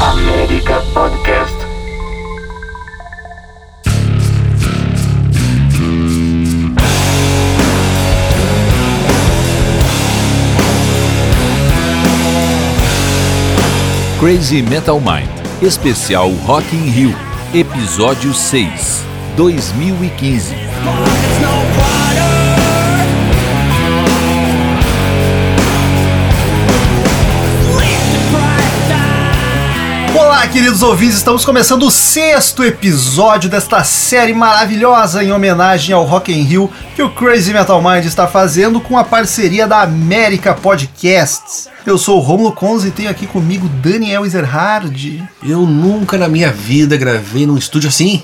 América Podcast. Crazy Metal Mind, especial Rock in Rio, episódio 6, 2015. Olá, queridos ouvintes, estamos começando o sexto episódio desta série maravilhosa em homenagem ao Rock in Rio que o Crazy Metal Mind está fazendo com a parceria da América Podcasts. Eu sou o Romulo Conze e tenho aqui comigo Daniel Ezerhard. Eu nunca na minha vida gravei num estúdio assim.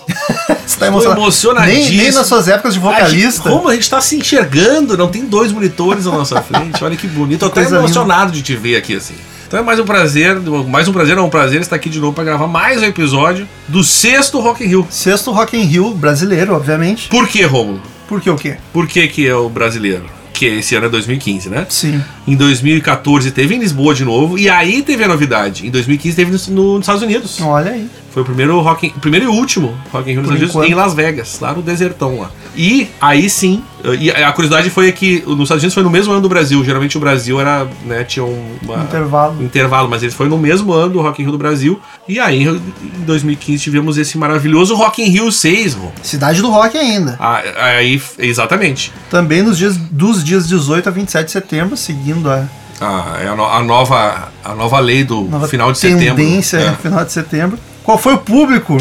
Você tá Estou emocionadíssimo. Nem, nem nas suas épocas de vocalista. A gente- como a gente tá se enxergando? Não tem dois monitores à nossa frente. Olha que bonito. Eu tô Coisa até emocionado de te ver aqui assim. Então é mais um prazer, mais um prazer, não um prazer estar aqui de novo para gravar mais um episódio do sexto Rock in Rio. Sexto Rock in Rio brasileiro, obviamente. Por que, Rômulo? Por que o quê? Por que que é o brasileiro? Que esse ano é 2015, né? Sim. Em 2014 teve em Lisboa de novo e aí teve a novidade. Em 2015 teve nos, no- nos Estados Unidos. Olha aí. Foi o primeiro Rock in- primeiro e último Rock in Rio nos Por Estados enquanto. Unidos em Las Vegas, lá no desertão lá. E aí sim, e a curiosidade foi é que nos Estados Unidos foi no mesmo ano do Brasil. Geralmente o Brasil era, né, tinha um uma- um Intervalo. intervalo, mas ele foi no mesmo ano do Rock in Rio do Brasil. E aí em 2015 tivemos esse maravilhoso Rock in Rio 6, Rô. Cidade do Rock ainda. Ah, Aí, exatamente. Também nos dias dos dias 18 a 27 de setembro, seguindo a Ah, é a, no- a nova a nova lei do nova final de setembro. tendência É. no final de setembro. Qual foi o público?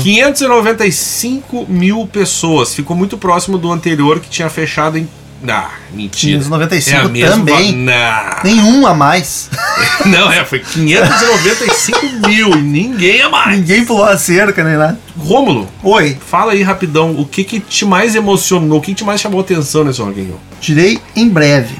595 mil pessoas. Ficou muito próximo do anterior que tinha fechado em. Ah, mentira. 595 é a mesma... também. Não, Nenhum a mais. não é, foi 595 mil e ninguém é mais. Ninguém pulou a cerca, nem nada. Rômulo, Oi, fala aí rapidão, o que que te mais emocionou, o que, que te mais chamou atenção nesse Rock in Rio? direi em breve.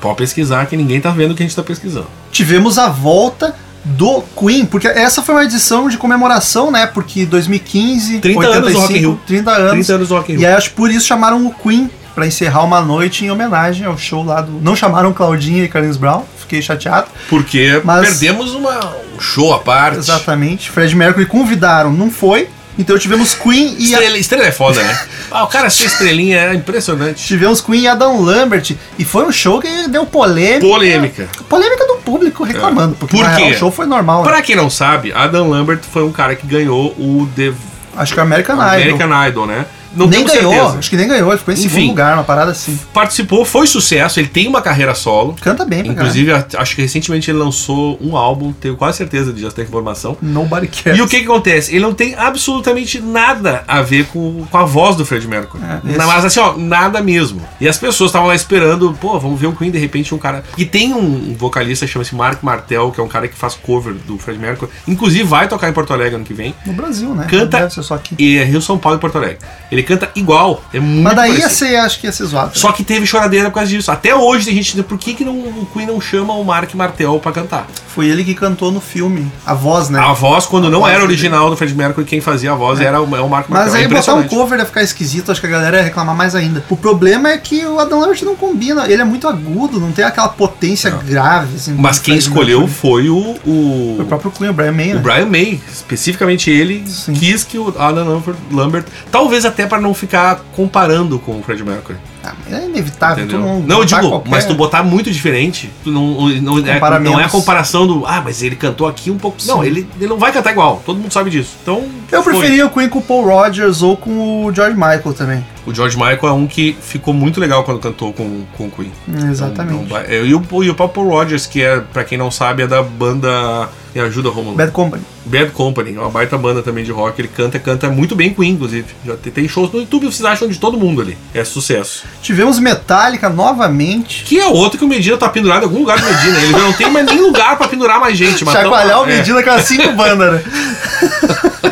Pode pesquisar que ninguém tá vendo o que a gente tá pesquisando. Tivemos a volta do Queen, porque essa foi uma edição de comemoração, né? Porque 2015, 30 anos do Rock in Rio. 30 anos. 30 anos do Rock in Rio. E aí acho que por isso chamaram o Queen pra encerrar uma noite em homenagem ao show lá do. Não chamaram Claudinha e Carlinhos Brown, fiquei chateado. Porque Mas- perdemos uma, um show à parte. Exatamente. Fred Mercury convidaram, não foi. Então tivemos Queen e a Estrela, estrela é foda, né? Ah, o cara ser estrelinha é impressionante. Tivemos Queen e Adam Lambert. E foi um show que deu polêmica. Polêmica. É. Polêmica do público reclamando. Porque Por na quê? real, o show foi normal. né? Pra quem não sabe, Adam Lambert foi um cara que ganhou o The Acho que o American Idol. American Idol, né? Não nem temos ganhou. certeza. Acho que nem ganhou. Ele ficou em segundo Enfim. lugar, uma parada assim. Participou, foi sucesso, ele tem uma carreira solo. Canta bem, pra Inclusive, a- acho que recentemente ele lançou um álbum, tenho quase certeza de já ter informação. caralho. Nobody cares. E o que, que acontece? Ele não tem absolutamente nada a ver com, com a voz do Fred Mercury. É, esse- Na- Mas assim, ó, nada mesmo. E as pessoas estavam lá esperando, pô, vamos ver o Queen, de repente um cara. E tem um vocalista, chama-se Mark Martel, que é um cara que faz cover do Fred Mercury. Inclusive vai tocar em Porto Alegre ano que vem. No Brasil, né? Canta- Não deve ser só aqui. E é Rio, São Paulo e Porto Alegre. Ele canta igual, é muito Mas daí ia parecido. ser, acho que ia ser zoado. Só que teve choradeira por causa disso. Até hoje tem gente dizendo por que, que não, o Queen não chama o Mark Martel pra cantar. Foi ele que cantou no filme. A voz, né? A voz, quando não voz era dele. original do Fred Mercury, quem fazia a voz era o, é o Mark Martel. Mas É aí botar um impressionante. cover ia ficar esquisito, acho que a galera ia reclamar mais ainda. O problema é que o Adam Lambert não combina, ele é muito agudo, não tem aquela potência grave. Assim, Mas do quem Fred escolheu Mercury. foi o, o, Foi o próprio Queen, o Brian May, o né? Brian May. Especificamente ele Sim. quis que o Adam Lambert, Lambert- Talvez até pra não ficar comparando com o Fred Mercury. Ah, mas é inevitável, entendeu? tu não. Não, eu botar digo, qualquer- mas tu botar muito diferente, tu não, não, é, Compara não é a menos. comparação do. Ah, mas ele cantou aqui um pouco. Não, Sim. ele, ele não vai cantar igual. Todo mundo sabe disso. Então. Eu foi. preferia o Queen com o Paul Rogers ou com o George Michael também. O George Michael é um que ficou muito legal quando cantou com, com o Queen. Exatamente. Então, então, e, o, e o Paul Rogers, que é, pra quem não sabe, é da banda. Me ajuda, Romulo. Bad Company. Bad Company, uma baita banda também de rock. Ele canta, canta muito bem Queen, inclusive. Já tem, tem shows no YouTube, vocês acham de todo mundo ali. É sucesso. Tivemos Metallica novamente. Que é outro que o Medina tá pendurado em algum lugar do Medina. Ele não tem mais nem lugar pra pendurar mais gente. mas Chacoalhar tamo- o é. Medina com as cinco bandas, né?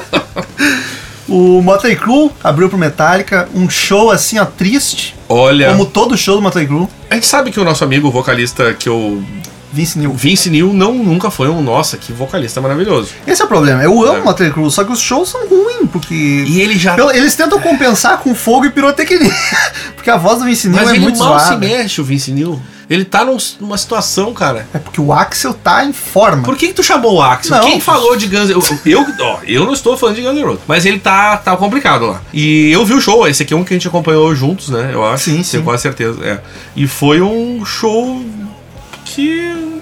o Motley Crue abriu pro Metallica um show assim, ó, triste. É. Olha, Como todo show do Motley Crue. a gente sabe que o nosso amigo vocalista, que eu Vince Neil. Vince Neil, não, nunca foi um, nossa, que vocalista maravilhoso. Esse é o problema. Eu amo É. Motley Crue, só que os shows são ruins, porque. E ele já... Pelo- Eles tentam compensar com fogo e pirotecnia. Porque a voz do Vince Neil é muito zoada. mexe, o Vince Neil. Ele tá num- numa situação, cara. É porque o Axel tá em forma. Por que, que tu chamou o Axel? Não. Quem falou de Guns eu, eu, ó, eu não estou falando de Guns N' Roses, mas ele tá, tá complicado lá. E eu vi o show, esse aqui é um que a gente acompanhou juntos, né? Eu acho. Sim, tenho sim. quase certeza. é. E foi um show que.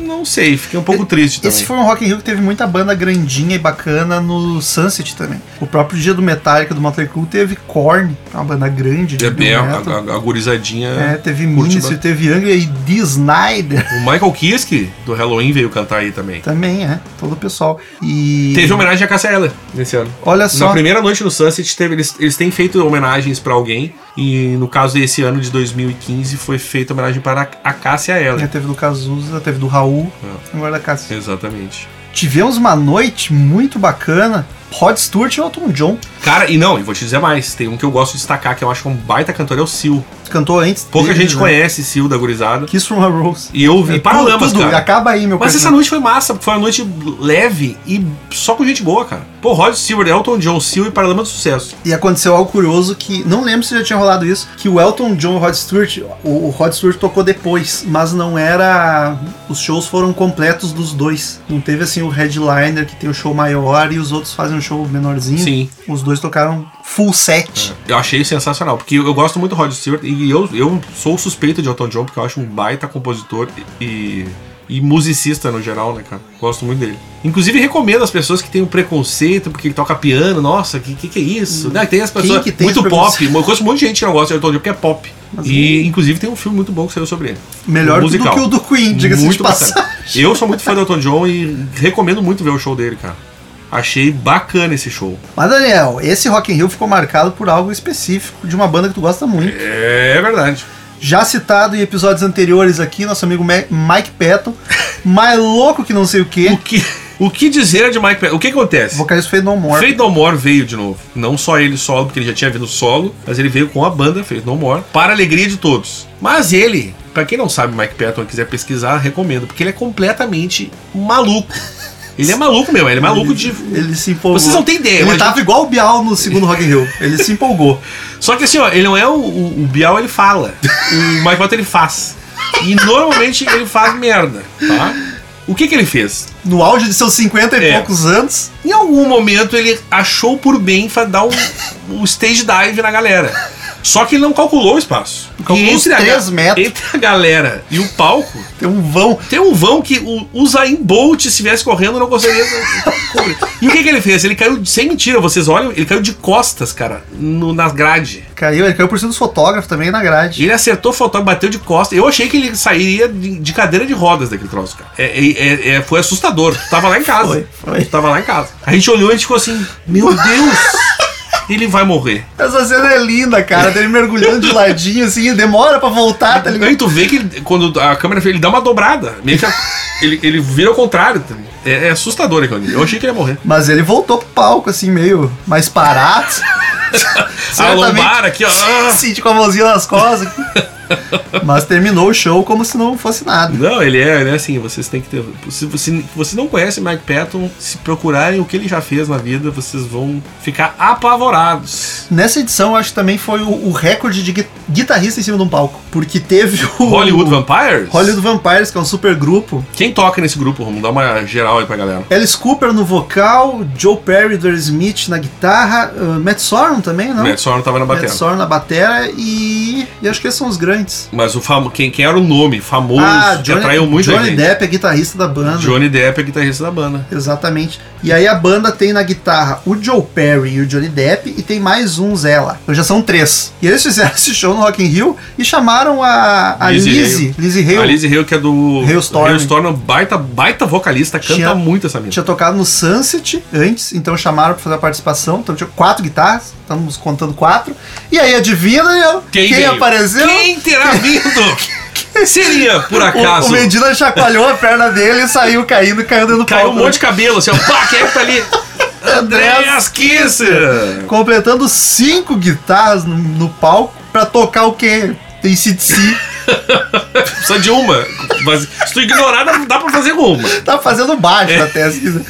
Não sei, fiquei um pouco triste também. Esse foi um Rock in Rio que teve muita banda grandinha e bacana no Sunset também. O próprio dia do Metallica, do Motley Crue, teve Korn, uma banda grande de É, bem, a, metal. a- a gurizadinha. um É, teve né? curte Ministry, bastante. teve Angra e Dee Snyder O Michael Kiske, do Halloween, veio cantar aí também. também, é. Todo o pessoal. E Teve homenagem a Cassia Eller nesse ano. olha Na só, primeira noite no Sunset, teve- eles, eles têm feito homenagens pra alguém. E no caso desse ano de 2015, foi feita homenagem para a Cássia né, Eller. teve do Cazuza, teve do Raul, É. agora da Cássia. Exatamente. Tivemos uma noite muito bacana. Rod Stewart e Elton John Cara, e não, e vou te dizer mais. Tem um que eu gosto de destacar, que eu acho que é um baita cantor, é o Sil. cantou antes. Pouca deles, gente né? conhece Sil da gurizada. Kiss from a Rose. E eu vi É, para tudo, Lamas, tudo, cara. Acaba aí, meu Mas é coração. essa noite foi massa, porque foi uma noite leve e só com gente boa, cara. Pô, Rod Stewart, Elton John, Seal e Paralama do Sucesso. E aconteceu algo curioso que não lembro se já tinha rolado isso, que o Elton John e o Rod Stewart, o, o Rod Stewart tocou depois, mas não era, os shows foram completos dos dois. Não teve assim o headliner que tem o show maior e os outros fazem um show menorzinho. Sim. Os dois tocaram full set. Eu achei sensacional, porque eu, eu gosto muito do Rod Stewart e eu, eu sou suspeito de Elton John, porque eu acho um baita compositor e, e musicista no geral, né, cara? Gosto muito dele. Inclusive, recomendo às pessoas que têm um preconceito, porque ele toca piano, nossa, que que, que é isso? Né, tem as pessoas que tem muito esse pop. preconceito? Eu conheço um monte de gente que não gosta de Elton John, porque é pop. E, inclusive, tem um filme muito bom que saiu sobre ele. Melhor do musical. que o do Queen, diga-se de Muito bacana. passagem. Eu sou muito fã do Elton John e recomendo muito ver o show dele, cara. Achei bacana esse show. Mas Daniel, esse Rock in Rio ficou marcado por algo específico de uma banda que tu gosta muito. É verdade. Já citado em episódios anteriores aqui, nosso amigo Ma- Mike Patton, mais louco que não sei o O quê. que, o que dizer de Mike Patton? O que acontece? O vocalista fez No More. Faith No More veio de novo. Não só ele solo, porque ele já tinha vindo solo, mas ele veio com a banda Faith No More, para a alegria de todos. Mas ele, pra quem não sabe Mike Patton e quiser pesquisar, recomendo, porque ele é completamente maluco. Ele é maluco mesmo, ele é maluco de. Ele se empolgou. Vocês não têm ideia, Ele mas- tava igual o Bial no segundo Rock in Rio. Ele se empolgou. Só que assim, ó, ele não é o, o, o Bial, ele fala. O Mike Patton ele faz. E normalmente ele faz merda, tá? O que que ele fez? No auge de seus 50 e É. poucos anos, Em algum momento ele achou por bem fa- dar um, um stage dive na galera. Só que ele não calculou o espaço. Calculou E os a três ga- metros. Entre a galera e o palco, tem um vão. tem um vão que o, o Zayn Bolt, se viesse correndo, não conseguiria cobrir. E o que, que ele fez? Ele caiu, sem mentira, vocês olham, ele caiu de costas, cara, no, nas grade. Caiu, ele caiu por cima dos fotógrafos também na grade. Ele acertou o fotógrafo, bateu de costas. Eu achei que ele sairia de, de cadeira de rodas daquele troço, cara. É, é- é- é- foi assustador. Tu Tava lá em casa. Foi, foi. Tu Tava lá em casa. A gente olhou e a gente ficou assim: Meu Deus! ele vai morrer. Essa cena é linda, cara. Dele mergulhando de ladinho assim, demora pra voltar, tá ligado? Aí tu vê que ele- quando a câmera ele dá uma dobrada. Meio que a- ele, ele vira ao contrário. É, é assustador aquilo ali. Eu achei que ele ia morrer. Mas ele voltou pro palco, assim, meio mais parado. A Certamente- lombar aqui, ó. ah. Sente com a mãozinha nas costas. Mas terminou o show como se não fosse nada. Não, ele é, ele é assim, vocês têm que ter. Se você, você não conhece Mike Patton, se procurarem o que ele já fez na vida, vocês vão ficar apavorados. Nessa edição, eu acho que também foi o, o recorde de gui- guitarrista em cima de um palco. Porque teve o. Hollywood o, Vampires? Hollywood Vampires, que é um super grupo. Quem toca nesse grupo, Romulo? Dá uma geral aí pra galera. Alice Cooper no vocal, Joe Perry do Smith na guitarra, ah, Matt Sorum também, não? Matt Sorum tava na Matt bateria. Sorum na batera e. E acho que esses são os grandes. Ah, Mas o famo... quem, quem era o nome famoso que atraiu muito a Johnny gente? Depp é guitarrista da banda. Johnny Depp é guitarrista da banda. Exatamente. E aí a banda tem na guitarra o Joe Perry e o Johnny Depp e tem mais um Zé lá. Então já são três. E eles fizeram esse show no Rock in Rio e chamaram a, a Lizzy Lizzie, Lizzie A Hale. Lizzie Hale, que é do. Hailstorm. Hailstorm, é um baita, baita vocalista, canta Tinha- muito essa mina. Tinha tocado no Sunset antes, então chamaram pra fazer a participação. Então tinha quatro guitarras, estamos contando quatro. E aí adivinha, Daniel? veio? apareceu? Quem terá vindo? Seria, por O- O, acaso. Medina chacoalhou a perna dele e saiu caindo, caiu dentro do Caiu um palco, monte de cabelo, assim, ó. Pá, quem é que tá ali? Andréas Kisser! completando cinco guitarras no, no palco pra tocar o quê? Tem CDC. Precisa de uma. Mas se tu ignorar, dá- dá pra fazer uma. Tá fazendo baixo até, se quiser.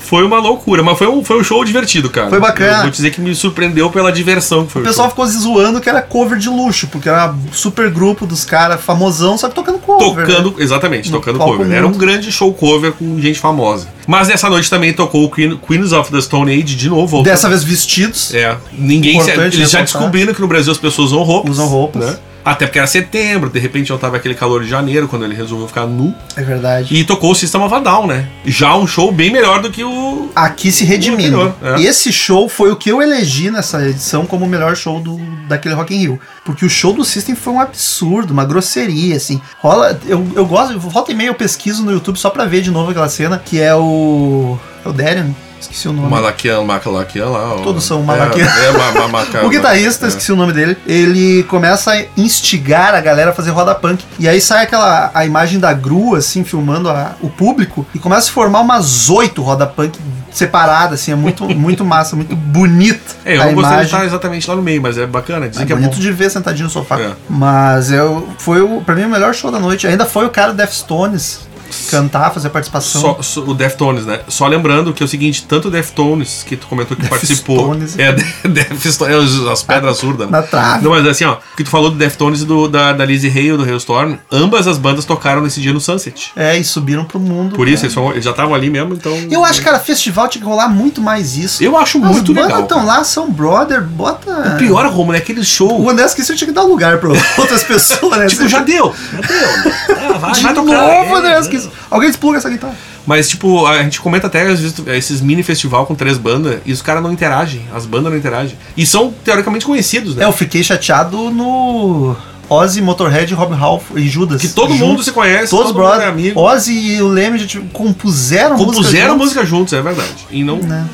foi uma loucura, mas foi um, foi um show divertido, cara. Foi bacana. Eu vou dizer que me surpreendeu pela diversão que foi O o, pessoal ficou se zoando que era cover de luxo, porque era super grupo dos caras famosão, só que tocando cover. show. Tocando, né? exatamente, No tocando palco cover. Era mundo. um grande show cover com gente famosa. Mas essa noite também tocou o Queen, Queens of the Stone Age de novo. voltou. Dessa vez vestidos. É, ninguém se, Importante Eles já ressaltar. descobriram que no Brasil as pessoas usam roupas. né? Usam roupas. Até porque era setembro, de repente já tava aquele calor de janeiro, quando ele resolveu ficar nu. É verdade. E tocou o Sistema Vadal, né? Já um show bem melhor do que o. Aqui se redimindo. O anterior, é. Esse show foi o que eu elegi nessa edição como o melhor show do, daquele Rock in Rio. Porque o show do System foi um absurdo, uma grosseria, assim. Rola. Eu, eu gosto. Volta e meia eu pesquiso no YouTube só pra ver de novo aquela cena, que é o. É o Darren? Esqueci o nome. Malaquian, Macalaquian lá. ó. Todos são Malaquian. É, é ma, ma, maca- O guitarrista, é. esqueci o nome dele, ele começa a instigar a galera a fazer roda punk. E aí sai aquela a imagem da grua, assim, filmando a- o público, e começa a se formar umas oito roda punk separadas, assim, é muito, muito massa, muito bonita É, eu a não gostei de imagem. estar exatamente lá no meio, mas é bacana. Dizem É que é bonito bom. de ver sentadinho no sofá. É. Mas eu, foi o, pra mim o melhor show da noite. Ainda foi o cara do Deftones cantar, fazer participação. Só, só- o Deftones, né? Só lembrando que é o seguinte, tanto o Deftones, que tu comentou que participou. Deftones. É, de- Deftones, é os- as pedras surdas. na trave. Não, mas assim, ó, que tu falou do Deftones e do, da, da Lizzie Hale, do Hailstorm, ambas as bandas tocaram nesse dia no Sunset. É, e subiram pro mundo. Por isso, cara. eles, são- eles já estavam ali mesmo, então. Eu acho, cara, festival tinha que rolar muito mais isso. Eu acho As muito bandas legal. estão lá, são brother, bota. O pior, Romulo, é aquele show. O André esqueceu tinha que dar lugar pra outras pessoas, né? Tipo, já deu. Já deu. né? Ah, vai, De vai novo, tocar. É, André né? esqueceu. Alguém despluga essa guitarra. Mas, tipo, a gente comenta até às vezes, esses mini festival com três bandas e os caras não interagem, as bandas não interagem. E são teoricamente conhecidos, né? É, eu fiquei chateado no Ozzy, Motorhead, Rob Half e Judas. que todo mundo se conhece, Todos todo mundo brother. é amigo. Ozzy e o Leme já tipo, compuseram música Compuseram juntos. música juntos, é verdade. E não. Né?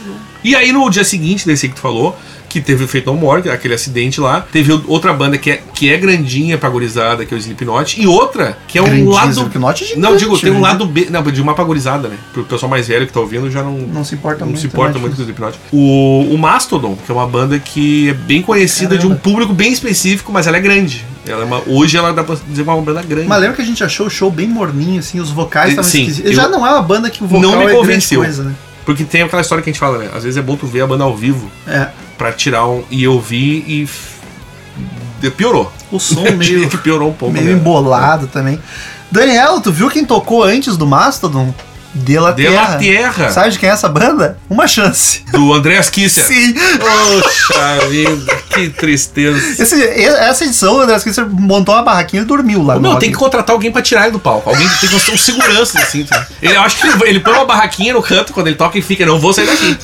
E aí no dia seguinte desse aí que tu falou, que teve o Feito No More, aquele acidente lá, teve outra banda que é, que é grandinha pra gurizada, que é o Slipknot, e outra que é um Grandinha, lado... Slipknot é gigante, não, digo, tem um né? lado B, não, de uma pra gurizada, né? Pro pessoal mais velho que tá ouvindo já não... Não se importa não muito, se importa né, muito com o Slipknot. O, o Mastodon, que é uma banda que é bem conhecida de um Caramba. público bem específico, mas ela é grande. Ela é uma- hoje ela dá pra dizer que é uma banda grande. Mas lembra que a gente achou o show bem morninho, assim, os vocais E- estavam sim, esquisitos. eu- Já não é uma banda que o vocal Não me é grande convenceu. coisa, né? Porque tem aquela história que a gente fala, né? Às vezes é bom tu ver a banda ao vivo É, pra tirar um... E eu vi e... f- Piorou. o som Eu diria meio... que piorou um pouco. Meio né? embolado também. Daniel, tu viu quem tocou antes do Mastodon? De La De La Terra. Tierra, Sabe de quem é essa banda? Uma chance. do Andreas Kisser. Sim. Poxa vida, que tristeza. Esse- e- essa edição, o André Esquecer montou uma barraquinha e dormiu lá. Ô, no meu, Rock tem in que contratar alguém pra tirar ele do palco. Alguém que tem que ser um segurança, assim. tá? Ele, eu acho que ele, ele põe uma barraquinha no canto quando ele toca e fica, não vou sair daqui.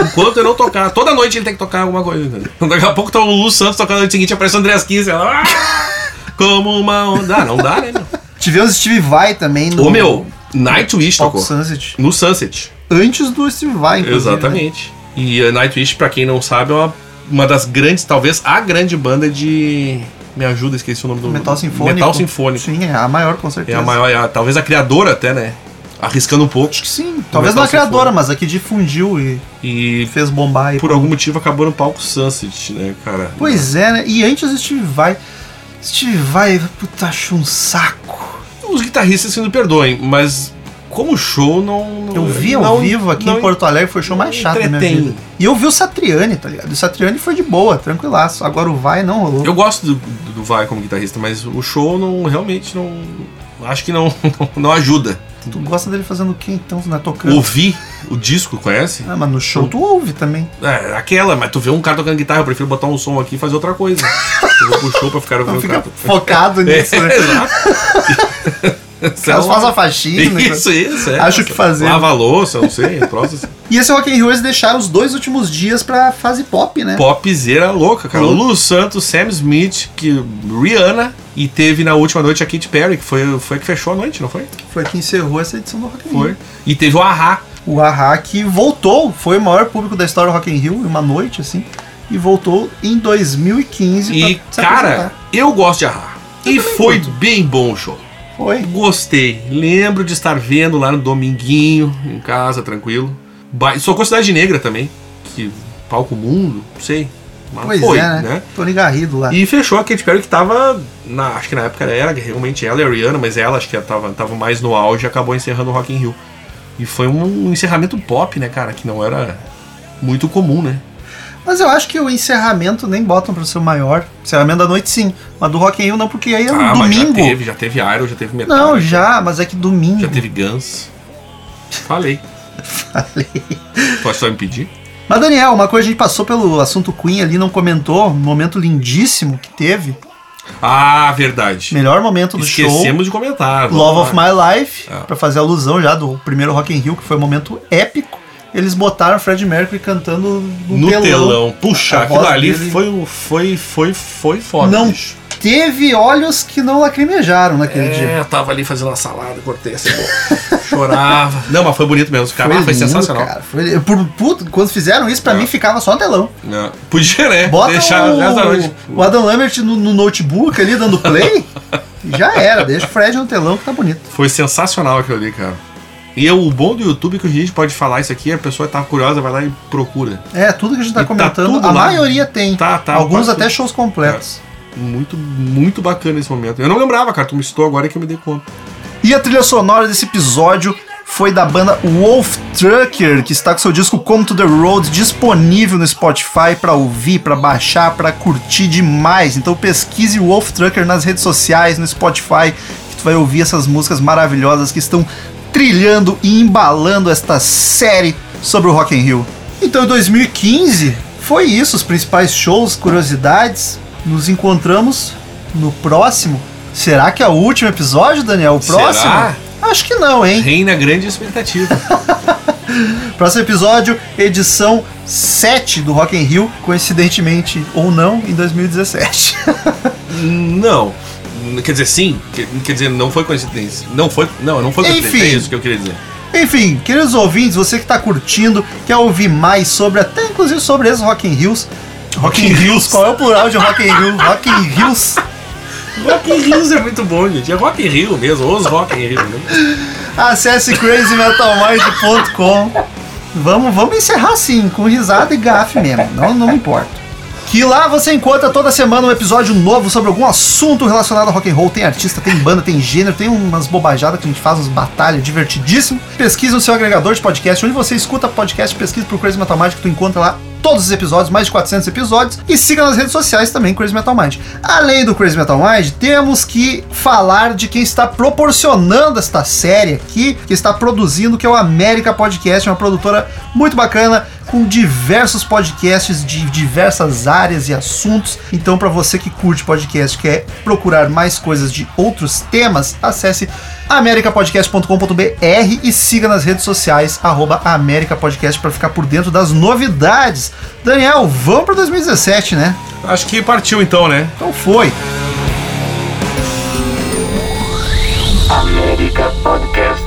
Enquanto eu não tocar. Toda noite ele tem que tocar alguma coisa. entendeu? Daqui a pouco tá o Lu Santos tocando na noite seguinte, aparece o Andreas Kisser. Ela, "Ah, como uma onda. Ah, não dá, né, meu? Rio. Tivemos Steve Vai também no Ô, meu, Nightwish Palco tocou. Sunset. No Sunset. Antes do Steve Vai, inclusive, né? Exatamente. E a Nightwish, pra quem não sabe, é uma, uma das grandes, talvez a grande banda de. Me ajuda, esqueci o nome do. Metal Sinfônico. Metal Sinfônico. Sim, é a maior, com É certeza. a maior, é a- talvez a criadora até, né? Arriscando um pouco. Acho que sim. Talvez Metal não a criadora, Sinfônico. mas aqui difundiu e E fez bombar. aí. por algum motivo acabou no palco Sunset, né, cara? Pois é, né? E antes do Steve Vai. Steve Vai, puta, achou um saco. Os guitarristas se me perdoem, mas como show não. não- Eu vi ao não- vivo aqui não- em Porto Alegre, foi o show mais não chato da minha entretém. vida. E eu vi o Satriani, tá ligado? E o Satriani foi de boa, tranquilaço. Agora o Vai não rolou. Eu gosto do, do, do Vai como guitarrista, mas o show não realmente não. Acho que não, não ajuda. Tu gosta dele fazendo o quê então, se não é tocando? Ouvir o disco, conhece? Ah, mas no show tu ouve também. É, aquela, mas tu vê um cara tocando guitarra, eu prefiro botar um som aqui e fazer outra coisa. eu vou pro show pra ficar ouvindo o Fica cara. focado nisso, né? É, exato. é Elas fazem a faxina. e coisa. Isso, isso, é. né, Acho o que fazer. Lava a louça, não sei, é troço assim. né? E esse Rock in Rio eles deixaram os dois últimos dias pra fase pop, né? Popzera louca, cara. Louco. Lu Santos, Sam Smith, que Rihanna, e teve na última noite a Katy Perry, que foi, foi a que fechou a noite, não foi? Foi que encerrou essa edição do Rock in Foi. Rio. E teve o Ahá. O Ahá que voltou, foi o maior público da história do Rock in Rio, em uma noite assim. E voltou em 2015 E, pra se cara, apresentar. eu gosto de Ahá. E foi bem bom o show. Foi. Gostei. Lembro de estar vendo lá no dominguinho, em casa, tranquilo. Ba Socou Cidade Negra também, que palco mundo, não sei. Mas Pois foi, é, né? né? Tony Garrido lá. E fechou a Katy Perry que tava, na, acho que na época era realmente ela e a Rihanna, mas ela acho que tava, tava mais no auge e acabou encerrando o Rock in Rio. E foi um encerramento pop, né, cara? Que não era muito comum, né? Mas eu acho que o encerramento nem botam pra ser o maior. Encerramento da noite sim. Mas do Rock in Rio não, porque aí é um Ah, mas domingo. já teve, já teve Iron, já teve Metal. não, já, mas é que domingo. Já teve Guns. Falei. Falei. Pode só impedir? Mas, Daniel, uma coisa a gente passou pelo assunto Queen ali, não comentou. Um momento lindíssimo que teve. Ah, verdade. Melhor momento do show. Esquecemos de comentar. vamos Love lá. of My Life, Ah. pra fazer alusão já do primeiro Rock in Rio, que foi um momento épico. Eles botaram Fred Mercury cantando no, No telão. telão. Puxa, A aquilo voz ali dele- foi, um- foi, foi, foi foda. Não bicho. Teve olhos que não lacrimejaram naquele dia. É, eu tava ali fazendo uma salada, cortei a cebola. Chorava. Não, Ah, mas foi bonito mesmo. Cara, foi, foi lindo, sensacional. Cara. Foi li- por- puto, quando fizeram isso, pra É. mim ficava só no telão. Não, Podia, né? Bota Deixar o resto da noite. o, o Adam Lambert no, no notebook ali dando play. já era, deixa o Fred no telão que tá bonito. Foi sensacional aquilo ali, cara. E eu- o bom do YouTube é que a gente pode falar isso aqui, a pessoa tá curiosa, vai lá e procura. É, tudo que a gente tá E tá comentando, tudo a lá. maioria tem. Tá, tá, Alguns quase até tudo. shows completos. Muito, muito bacana esse momento. Eu não lembrava, cara. Tu me citou agora que eu me dei conta. E a trilha sonora desse episódio foi da banda Wolf Trucker, que está com seu disco Come to the Road disponível no Spotify para ouvir, para baixar, para curtir demais. Então pesquise Wolf Trucker nas redes sociais, no Spotify, que tu vai ouvir essas músicas maravilhosas que estão trilhando e embalando esta série sobre o Rock in Rio. Então em 2015 foi isso, os principais shows, curiosidades. Nos encontramos no próximo. Será que é o último episódio, Daniel? O próximo? Será? Acho que não, hein? Reina grande expectativa. Próximo episódio, edição 7 do Rock in Rio, coincidentemente ou não, em 2017. não. Quer dizer, sim. Quer quer dizer, não foi coincidência. Não foi. Não, não foi coincidência. Enfim. É isso que eu queria dizer. Enfim, queridos ouvintes, você que tá curtindo, quer ouvir mais sobre, até inclusive sobre esses Rock in Rios. Rock in Rios. Qual é o plural de Rock in Rio? Rock in Rios. Rock in Rio é muito bom, gente. É Rock in Rio mesmo. Os Rock in Rio. Né? Acesse crazymetalmind.com. Vamos, vamos encerrar assim, com risada e gafe mesmo. Não, não me importa. Que lá você encontra toda semana um episódio novo sobre algum assunto relacionado ao rock and roll. Tem artista, tem banda, tem gênero, tem umas bobajadas que a gente faz, umas batalhas divertidíssimo. Pesquisa no seu agregador de podcast, onde você escuta podcast, pesquisa por Crazy Metal Mind que tu encontra lá todos os episódios, mais de 400 episódios, e siga nas redes sociais também Crazy Metal Mind. Além do Crazy Metal Mind, temos que falar de quem está proporcionando esta série aqui, que está produzindo, que é o América Podcast, uma produtora muito bacana com diversos podcasts de diversas áreas e assuntos. Então, para você que curte podcast, quer procurar mais coisas de outros temas, acesse americapodcast.com.br e siga nas redes sociais arroba americapodcast para ficar por dentro das novidades. Daniel, vamos para 2017, né? Acho que partiu então, né? Então foi. América Podcast.